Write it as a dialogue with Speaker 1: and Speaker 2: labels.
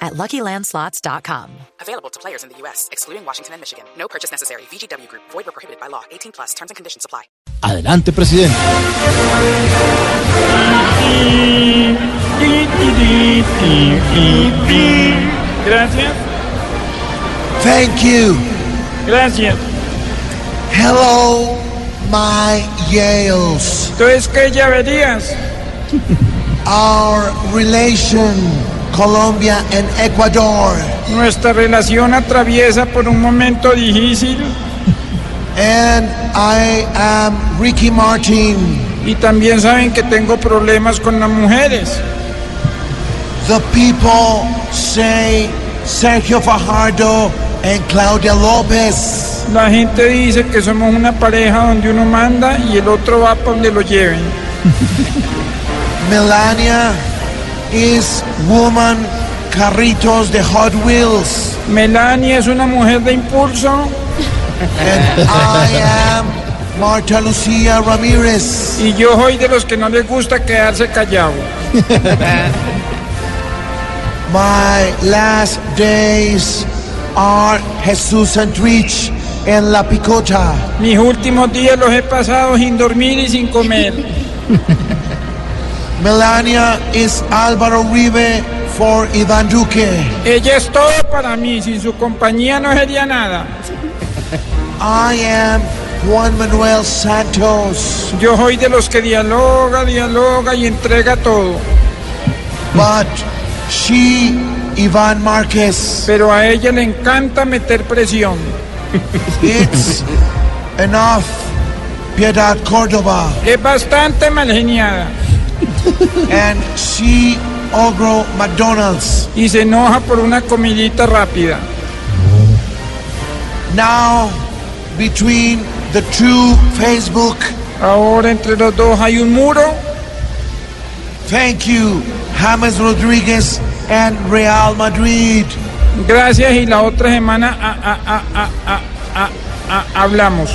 Speaker 1: at luckylandslots.com.
Speaker 2: Available to players in the U.S., excluding Washington and Michigan. No purchase necessary. VGW Group, void or prohibited by law. 18 plus terms and conditions apply.
Speaker 3: Adelante, presidente.
Speaker 4: Gracias,
Speaker 3: Thank you.
Speaker 4: gracias.
Speaker 3: Hello, my Yales.
Speaker 4: Entonces, ¿qué ya verías?
Speaker 3: Our relation, Colombia and Ecuador.
Speaker 4: Nuestra relación atraviesa por un momento difícil
Speaker 3: And I am Ricky Martin.
Speaker 4: y también saben que tengo problemas con las mujeres.
Speaker 3: The people say Sergio Fajardo and Claudia Lopez.
Speaker 4: La gente dice que somos una pareja donde uno manda y el otro va para donde lo lleven.
Speaker 3: Melania is woman Carritos de Hot Wheels.
Speaker 4: Melania es una mujer de impulso
Speaker 3: And I am Marta Lucia Ramirez.
Speaker 4: y yo soy de los que no les gusta quedarse callado.
Speaker 3: My last days are Jesús Santrich en La Picota.
Speaker 4: Mis últimos días los he pasado sin dormir y sin comer.
Speaker 3: Melania is Álvaro Uribe for Iván Duque.
Speaker 4: Ella es todo para mí, sin su compañía no sería nada.
Speaker 3: I am Juan Manuel Santos,
Speaker 4: Yo soy de los que dialoga, dialoga y entrega todo,
Speaker 3: but she Iván Márquez.
Speaker 4: pero a ella le encanta meter presión.
Speaker 3: It's enough. Piedad Córdoba
Speaker 4: Es bastante malgeniada
Speaker 3: and she Ogro McDonald's.
Speaker 4: y se enoja por una comidita rápida.
Speaker 3: Now between the two Facebook
Speaker 4: Ahora entre los dos hay un muro.
Speaker 3: Thank you, James Rodriguez and Real Madrid.
Speaker 4: Gracias y ah, la otra semana a- a- a- a- a- a- a- hablamos.